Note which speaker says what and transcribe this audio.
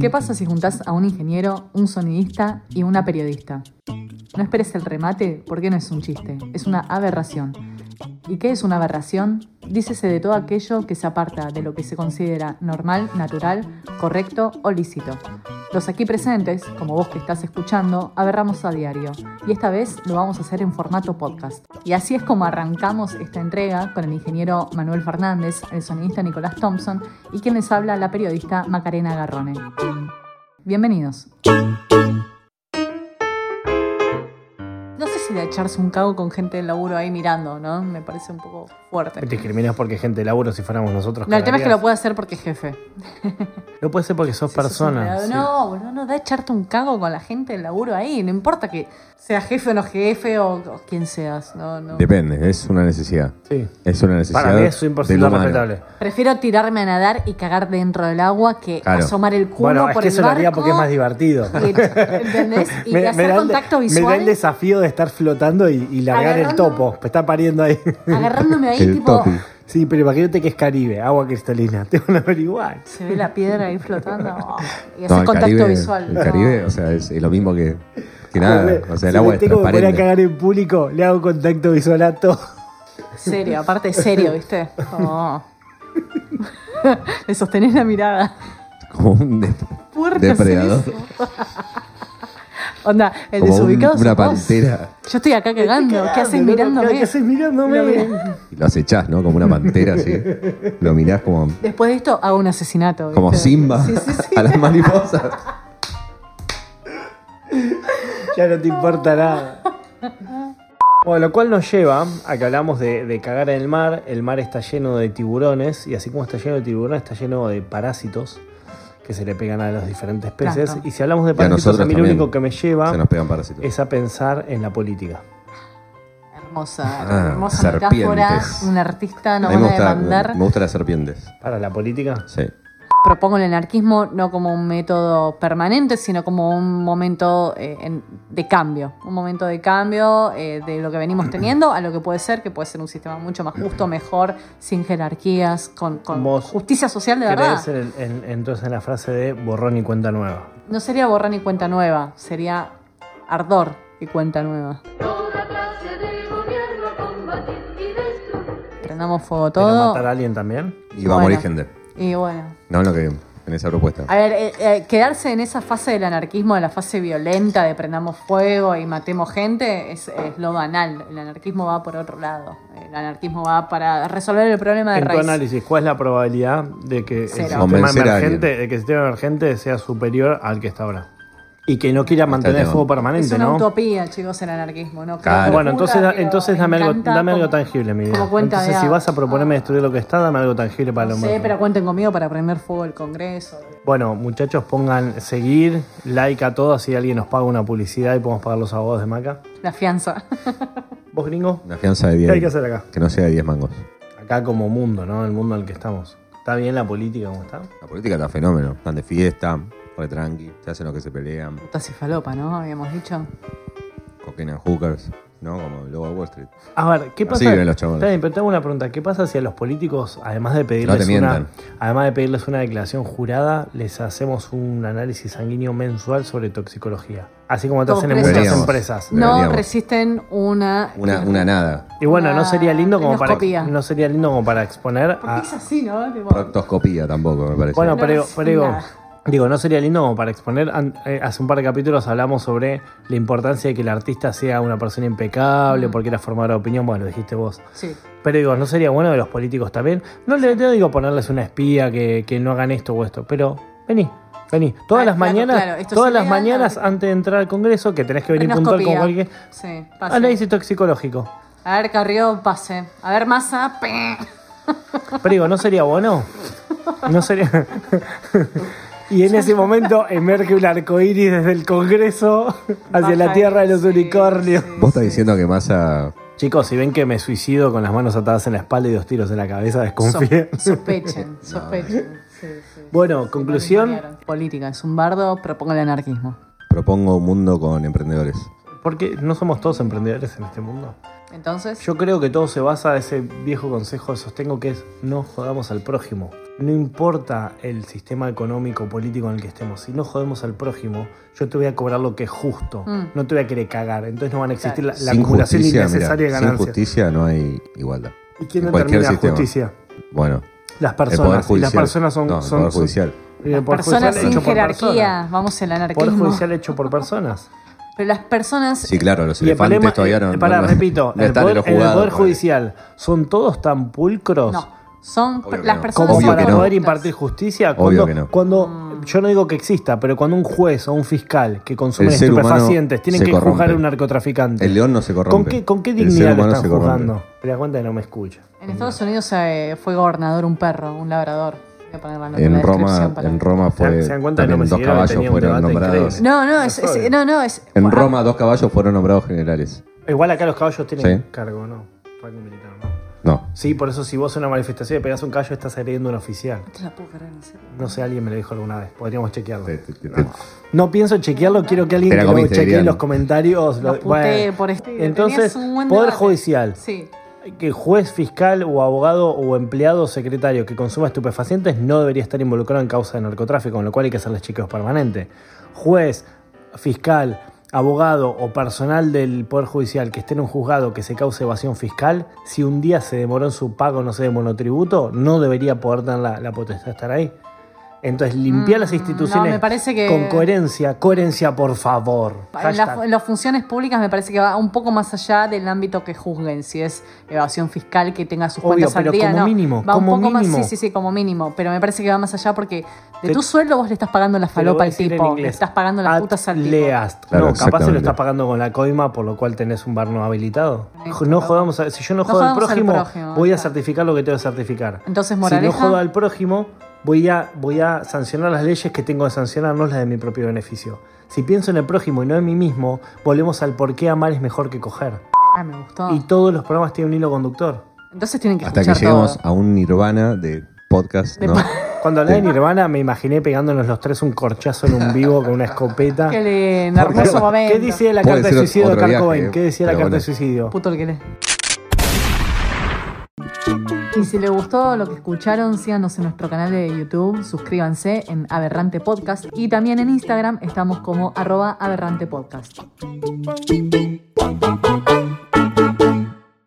Speaker 1: ¿Qué pasa si juntás a un ingeniero, un sonidista y una periodista? No esperes el remate porque no es un chiste, es una aberración. ¿Y qué es una aberración? Dícese de todo aquello que se aparta de lo que se considera normal, natural, correcto o lícito. Los aquí presentes, como vos que estás escuchando, aberramos a diario y esta vez lo vamos a hacer en formato podcast. Y así es como arrancamos esta entrega con el ingeniero Manuel Fernández, el sonidista Nicolás Thompson y quien les habla la periodista Macarena Garrone. Bienvenidos. No sé si de echarse un cago con gente del laburo ahí mirando, ¿no? Me parece un poco fuerte.
Speaker 2: Te discriminas porque es gente de laburo si fuéramos nosotros.
Speaker 1: No, el tema es que lo
Speaker 2: cagarías.
Speaker 1: puede hacer porque es jefe.
Speaker 2: No puede ser porque sos persona.
Speaker 1: Sí,
Speaker 2: sí.
Speaker 1: No, boludo, no da echarte un cago con la gente del laburo ahí. No importa que sea jefe o no jefe o, o quien seas. No, no.
Speaker 3: Depende, es una necesidad.
Speaker 2: Sí.
Speaker 3: Es una necesidad.
Speaker 2: Para mí es
Speaker 3: del
Speaker 2: 100%
Speaker 3: humano.
Speaker 2: respetable.
Speaker 1: Prefiero tirarme a nadar y cagar dentro del agua que
Speaker 3: Claro.
Speaker 1: asomar el culo
Speaker 2: Bueno, es
Speaker 1: por
Speaker 2: que
Speaker 1: el
Speaker 2: eso lo haría
Speaker 1: barco
Speaker 2: porque es más divertido.
Speaker 1: y- ¿Entendés? Y
Speaker 2: Me- me
Speaker 1: hacer
Speaker 2: da el-
Speaker 1: contacto
Speaker 2: Me da el
Speaker 1: visual
Speaker 2: desafío de estar flotando y, y largar el
Speaker 1: Agarrando-
Speaker 2: topo. Me está pariendo ahí.
Speaker 1: agarrándome ahí
Speaker 3: El
Speaker 1: tipo...
Speaker 3: topi.
Speaker 2: Sí, pero imagínate que es Caribe, agua cristalina. Te van a averiguar.
Speaker 1: Se ve la piedra ahí flotando. oh, y hacer
Speaker 3: No, el
Speaker 1: contacto
Speaker 3: Caribe,
Speaker 1: visual.
Speaker 3: El
Speaker 1: no.
Speaker 3: Caribe, o sea, es, es lo mismo que, que nada. O sea, el
Speaker 2: Si
Speaker 3: agua
Speaker 2: me
Speaker 3: es
Speaker 2: tengo que poner a
Speaker 3: transparente.
Speaker 2: cagar en público, le hago contacto visual a todo.
Speaker 1: Serio, aparte serio, ¿viste? Como... Le sostenés la mirada.
Speaker 3: Como un de-
Speaker 1: Puertas
Speaker 3: depredador.
Speaker 1: en eso. Onda, el
Speaker 3: Como un-
Speaker 1: desubicado sos
Speaker 3: una
Speaker 1: vos.
Speaker 3: pantera.
Speaker 1: Yo estoy acá cagando. ¿Qué haces
Speaker 2: Cagando, loco,
Speaker 1: mirándome?
Speaker 2: ¿Qué haces mirándome?
Speaker 3: Y lo acechás, ¿no? Como una pantera, así. Lo mirás como,
Speaker 1: Después de esto hago un asesinato. ¿viste?
Speaker 3: como Simba
Speaker 1: Sí, sí, sí.
Speaker 3: a las mariposas.
Speaker 2: Ya no te importa nada. Bueno, lo cual nos lleva a que hablamos de, de cagar en el mar. El mar está lleno de tiburones y así como está lleno de tiburones, está lleno de parásitos que se le pegan a los diferentes peces.
Speaker 1: Claro.
Speaker 2: Y si hablamos de
Speaker 3: Y a
Speaker 2: parásitos,
Speaker 3: nosotros
Speaker 2: a, mí lo
Speaker 3: también.
Speaker 2: único que me lleva
Speaker 3: Se nos pegan parásitos.
Speaker 2: es a pensar en la política.
Speaker 1: Hermosa,
Speaker 3: Ah,
Speaker 1: hermosa
Speaker 3: serpientes.
Speaker 1: metáfora. Un artista
Speaker 3: a
Speaker 1: no
Speaker 3: mí
Speaker 1: van
Speaker 3: me
Speaker 1: a
Speaker 3: gusta,
Speaker 1: demandar.
Speaker 3: me gustan las serpientes.
Speaker 2: Para la política.
Speaker 3: Sí.
Speaker 1: Propongo el anarquismo no como un método permanente, sino como un momento eh, en- de cambio. Un momento de cambio eh, de lo que venimos teniendo a lo que puede ser, que puede ser un sistema mucho más justo, mejor, sin jerarquías, con, con
Speaker 2: Vos
Speaker 1: justicia social de verdad.
Speaker 2: ¿Crees en- en- entonces en la frase de borrón y cuenta nueva?
Speaker 1: No sería borrar ni cuenta nueva, sería ardor y cuenta nueva.
Speaker 4: Toda clase de gobierno combatir y destruir.
Speaker 1: Prendamos fuego
Speaker 2: ¿Pero
Speaker 1: todo.
Speaker 2: matar a alguien también?
Speaker 3: Y va
Speaker 1: Bueno.
Speaker 3: a morir gente.
Speaker 1: Y bueno.
Speaker 3: No, no, que en esa propuesta.
Speaker 1: A ver, eh, eh, quedarse en esa fase del anarquismo, de la fase violenta, de prendamos fuego y matemos gente, es, es lo banal. El anarquismo va por otro lado. El anarquismo va para resolver el problema de
Speaker 2: En tu
Speaker 1: raíz.
Speaker 2: análisis, ¿cuál es la probabilidad de que, el
Speaker 1: Cero.
Speaker 2: sistema
Speaker 3: Convencer a
Speaker 2: emergente,
Speaker 3: alguien.
Speaker 2: de que el sistema emergente sea superior al que está ahora? Y que no quiera mantener
Speaker 3: Esteban.
Speaker 2: fuego
Speaker 1: es
Speaker 2: permanente,
Speaker 1: una
Speaker 2: ¿no?
Speaker 1: utopía, chicos, el anarquismo. No creo
Speaker 3: Claro.
Speaker 1: que
Speaker 2: Bueno,
Speaker 1: ocurra,
Speaker 2: entonces,
Speaker 1: pero
Speaker 2: entonces
Speaker 1: me
Speaker 2: dame, algo,
Speaker 1: encanta
Speaker 2: dame algo
Speaker 1: como-
Speaker 2: tangible, mi vida.
Speaker 1: como cuenta
Speaker 2: Entonces,
Speaker 1: de
Speaker 2: si
Speaker 1: algo.
Speaker 2: vas a proponerme destruir lo que está, dame algo tangible para
Speaker 1: No
Speaker 2: lo
Speaker 1: sé,
Speaker 2: menos.
Speaker 1: pero cuenten conmigo para prender fuego el Congreso.
Speaker 2: Bueno, muchachos, pongan seguir, like a todos si alguien nos paga una publicidad y podemos pagar los abogados de Maca.
Speaker 1: La fianza.
Speaker 2: ¿Vos, gringo?
Speaker 3: Una fianza de
Speaker 2: ¿Qué
Speaker 3: 10.
Speaker 2: hay que hacer acá?
Speaker 3: Que no sea de 10 mangos.
Speaker 2: Acá como mundo, ¿no? El mundo en el que estamos. ¿Está bien la política como está?
Speaker 3: La política está fenómeno. Están de fiesta, re tranqui, se hacen los que se pelean,
Speaker 1: Putas y falopa, ¿no? Habíamos dicho.
Speaker 3: coquenan hookers, ¿no? Como el lobo de Wall Street.
Speaker 2: A ver, ¿qué
Speaker 3: Así
Speaker 2: pasa?
Speaker 3: viven los chabones.
Speaker 2: Está bien, pero tengo una pregunta. ¿Qué pasa si a los políticos, además de
Speaker 3: no
Speaker 2: pedirles
Speaker 3: te
Speaker 2: una,
Speaker 3: mientan.
Speaker 2: además de pedirles una declaración jurada, les hacemos un análisis sanguíneo mensual sobre toxicología? Así como te
Speaker 1: Todos
Speaker 2: hacen en
Speaker 1: presos.
Speaker 2: muchas
Speaker 3: Deberíamos.
Speaker 2: empresas.
Speaker 1: No
Speaker 3: Deberíamos.
Speaker 1: resisten una.
Speaker 3: Una, una nada.
Speaker 2: Y bueno, no sería lindo como para
Speaker 1: Endoscopía.
Speaker 2: no sería lindo como para exponer
Speaker 1: Porque
Speaker 2: a
Speaker 1: es así, ¿no? Tipo-
Speaker 3: Proctoscopía tampoco, me parece.
Speaker 2: Bueno,
Speaker 1: No
Speaker 2: pero digo-
Speaker 1: es
Speaker 2: pero digo,
Speaker 1: nada.
Speaker 2: digo, no sería lindo como para exponer. An- eh, Hace un par de capítulos hablamos sobre la importancia de que el artista sea una persona
Speaker 1: Mm.
Speaker 2: impecable, porque era formadora de opinión, bueno, lo dijiste vos.
Speaker 1: Sí.
Speaker 2: Pero digo, ¿no sería bueno de los políticos también? No le no digo ponerles una espía que, que no hagan esto o esto, pero vení, vení. Todas
Speaker 1: Ah,
Speaker 2: las
Speaker 1: claro,
Speaker 2: mañanas,
Speaker 1: claro, esto
Speaker 2: todas
Speaker 1: es
Speaker 2: las
Speaker 1: ilegal,
Speaker 2: mañanas
Speaker 1: ¿no?
Speaker 2: antes de entrar al Congreso, que tenés que venir puntual
Speaker 1: Endoscopía.
Speaker 2: con cualquier
Speaker 1: Sí,
Speaker 2: Ah,
Speaker 1: pase.
Speaker 2: análisis toxicológico.
Speaker 1: A ver, Carrió, pase. A ver, Massa. pe.
Speaker 2: Pero digo, ¿no sería bueno? No sería. y en ese momento emerge un arco iris desde el Congreso hacia la
Speaker 1: Baja
Speaker 2: tierra de los
Speaker 1: ahí, sí,
Speaker 2: unicornios.
Speaker 1: sí,
Speaker 3: Vos estás
Speaker 1: sí.
Speaker 3: diciendo que Massa.
Speaker 2: Chicos, si ven que me suicido con las manos atadas en la espalda y dos tiros en la cabeza, desconfíen.
Speaker 1: Sos- sospechen, sospechen. Sí, sí.
Speaker 2: Bueno,
Speaker 1: Sí,
Speaker 2: conclusión.
Speaker 1: lo ningunearon. Política, es un bardo, propongo el anarquismo.
Speaker 3: Propongo un mundo con emprendedores.
Speaker 2: Porque no somos todos emprendedores en este mundo.
Speaker 1: Entonces,
Speaker 2: Yo creo que todo se basa en ese viejo consejo que sostengo que es no jodamos al prójimo. No importa el sistema económico político en el que estemos, si no jodemos al prójimo, yo te voy a cobrar lo que es justo,
Speaker 1: Mm.
Speaker 2: no te voy a querer cagar, entonces no van a existir la, la
Speaker 3: Sin
Speaker 2: acumulación
Speaker 3: justicia, mirá,
Speaker 2: innecesaria de
Speaker 3: Sin
Speaker 2: ganancias.
Speaker 3: justicia no hay igualdad.
Speaker 2: ¿Y quién
Speaker 3: en cualquier
Speaker 2: determina la
Speaker 3: sistema.
Speaker 2: justicia?
Speaker 3: Bueno,
Speaker 2: Las
Speaker 3: el Poder
Speaker 2: personas. Y
Speaker 3: Judicial.
Speaker 2: las personas son...
Speaker 3: No, el
Speaker 2: son-
Speaker 3: Poder
Speaker 2: son-
Speaker 3: Judicial.
Speaker 2: y el Poder Judicial
Speaker 1: personas
Speaker 3: es
Speaker 1: sin
Speaker 2: hecho por
Speaker 1: jerarquía,
Speaker 2: personas.
Speaker 1: vamos al
Speaker 2: Poder
Speaker 1: anarquismo.
Speaker 2: Judicial hecho por personas.
Speaker 1: Pero las personas,
Speaker 3: Sí, claro, los
Speaker 2: Y el
Speaker 3: elefantes
Speaker 2: problema-
Speaker 3: todavía
Speaker 2: eh,
Speaker 3: no.
Speaker 2: pará,
Speaker 3: no-
Speaker 2: repito,
Speaker 3: no
Speaker 2: el,
Speaker 3: están en
Speaker 2: poder,
Speaker 3: los
Speaker 2: en el
Speaker 3: jugados,
Speaker 2: Poder
Speaker 3: ponele.
Speaker 2: Judicial, ¿son todos tan pulcros?
Speaker 1: no, son
Speaker 3: Obvio que
Speaker 1: las
Speaker 3: no.
Speaker 1: personas
Speaker 2: como
Speaker 3: Obvio
Speaker 2: para
Speaker 3: que no.
Speaker 2: poder impartir justicia
Speaker 3: Obvio
Speaker 2: cuando,
Speaker 3: que no.
Speaker 2: cuando yo no digo que exista pero cuando un juez o un fiscal que consume
Speaker 3: El ser humano
Speaker 2: estupefacientes tienen
Speaker 3: se
Speaker 2: que
Speaker 3: corrompe.
Speaker 2: juzgar a un narcotraficante
Speaker 3: El león no se
Speaker 2: ¿Con
Speaker 3: corrompe.
Speaker 2: qué, con qué
Speaker 3: El
Speaker 2: dignidad
Speaker 3: ser
Speaker 2: lo
Speaker 3: humano
Speaker 2: están
Speaker 3: se corrompe.
Speaker 2: juzgando? Te das cuenta que no me escucha.
Speaker 1: En Estados Unidos eh, fue gobernador un perro, un labrador. Voy a poner la nota en la
Speaker 3: En Roma,
Speaker 1: descripción para-
Speaker 3: en Roma fue.
Speaker 2: ¿Se dan cuenta que
Speaker 3: también
Speaker 2: no me
Speaker 3: dos
Speaker 2: siguieron?
Speaker 3: caballos
Speaker 2: Tenía un
Speaker 3: fueron
Speaker 2: debate
Speaker 3: nombrados.
Speaker 2: increíble.
Speaker 1: No, no, es, es-
Speaker 2: Joder.
Speaker 1: no, no, es
Speaker 3: En
Speaker 1: ah,
Speaker 3: Roma, dos caballos fueron nombrados generales.
Speaker 2: Igual acá los caballos tienen
Speaker 3: Sí.
Speaker 2: cargo, ¿no? Rango militar, ¿no?
Speaker 3: No.
Speaker 2: Sí, por eso si vos en una manifestación y pegás un caballo estás agrediendo a un oficial.
Speaker 1: no te la puedo creer, en serio.
Speaker 2: No sé, alguien me lo dijo alguna vez. Podríamos chequearlo.
Speaker 3: Te- te-
Speaker 2: este,
Speaker 3: te-
Speaker 2: No pienso chequearlo, quiero que alguien
Speaker 3: Te la
Speaker 2: que lo
Speaker 3: comiste,
Speaker 2: chequee en
Speaker 3: dirían.
Speaker 2: los comentarios. lo-
Speaker 1: Los puteé
Speaker 2: bueno.
Speaker 1: por este.
Speaker 2: Entonces,
Speaker 1: tenías un buen
Speaker 2: Poder
Speaker 1: debate.
Speaker 2: Judicial.
Speaker 1: Sí.
Speaker 2: que juez, fiscal o abogado o empleado o secretario que consuma estupefacientes no debería estar involucrado en causa de narcotráfico, con lo cual hay que hacerles chequeos permanentes. Juez, fiscal, abogado o personal del Poder Judicial que esté en un juzgado que se cause evasión fiscal, si un día se demoró en su pago, no sé, de monotributo, no debería poder tener la, la potestad de estar ahí. Entonces, limpiar las
Speaker 1: Mm,
Speaker 2: instituciones
Speaker 1: no, me parece que-
Speaker 2: con coherencia. Coherencia, por favor.
Speaker 1: En, la-
Speaker 2: Hashtag.
Speaker 1: en las funciones públicas me parece que va un poco más allá del ámbito que juzguen, si es evasión fiscal que tenga sus
Speaker 2: Obvio,
Speaker 1: cuentas al
Speaker 2: pero
Speaker 1: día,
Speaker 2: como
Speaker 1: no.
Speaker 2: mínimo,
Speaker 1: va
Speaker 2: como
Speaker 1: un poco
Speaker 2: mínimo.
Speaker 1: más, sí, sí, sí, como mínimo, pero me parece que va más allá porque de
Speaker 2: Te-
Speaker 1: tu sueldo vos le estás pagando la
Speaker 2: Te lo voy
Speaker 1: falopa
Speaker 2: a
Speaker 1: al
Speaker 2: decir en
Speaker 1: tipo,
Speaker 2: inglés.
Speaker 1: le estás pagando las
Speaker 2: Ad
Speaker 1: putas al tipo.
Speaker 2: least.
Speaker 3: Claro,
Speaker 2: no, capaz se lo
Speaker 3: exactamente.
Speaker 2: estás pagando con la coima, por lo cual tenés un bar no habilitado.
Speaker 1: Sí.
Speaker 2: No jodamos, a- si yo no
Speaker 1: No
Speaker 2: jodo al
Speaker 1: jodamos al
Speaker 2: prójimo,
Speaker 1: prójimo,
Speaker 2: voy a
Speaker 1: claro.
Speaker 2: certificar lo que tengo que certificar.
Speaker 1: Entonces,
Speaker 2: Si no
Speaker 1: moraleja,
Speaker 2: jodo al prójimo, voy a, voy a sancionar las leyes que tengo que sancionar, no las de mi propio beneficio. Si pienso en el prójimo y no en mí mismo, volvemos al por qué amar es mejor que coger.
Speaker 1: ah, me gustó.
Speaker 2: Y todos los programas tienen un hilo conductor.
Speaker 1: Entonces tienen que
Speaker 2: este,
Speaker 3: Hasta que
Speaker 1: escuchar
Speaker 3: lleguemos
Speaker 1: todo.
Speaker 3: a un nirvana de podcast, ¿no?
Speaker 2: Cuando hablé de Nirvana, me imaginé pegándonos los tres un corchazo en un vivo con una escopeta.
Speaker 1: Qué lindo,
Speaker 2: Porque,
Speaker 1: hermoso momento.
Speaker 2: ¿Qué decía la
Speaker 3: Puede
Speaker 2: carta de
Speaker 3: ser
Speaker 2: suicidio de
Speaker 3: otro
Speaker 2: Kurt
Speaker 3: viaje,
Speaker 2: Cobain? ¿Qué decía la
Speaker 3: pero
Speaker 2: carta de
Speaker 3: bueno.
Speaker 2: suicidio?
Speaker 1: Puto el que lee. Y si les gustó lo que escucharon, síganos en nuestro canal de YouTube, suscríbanse en Aberrante Podcast y también en Instagram estamos como arroba aberrante podcast.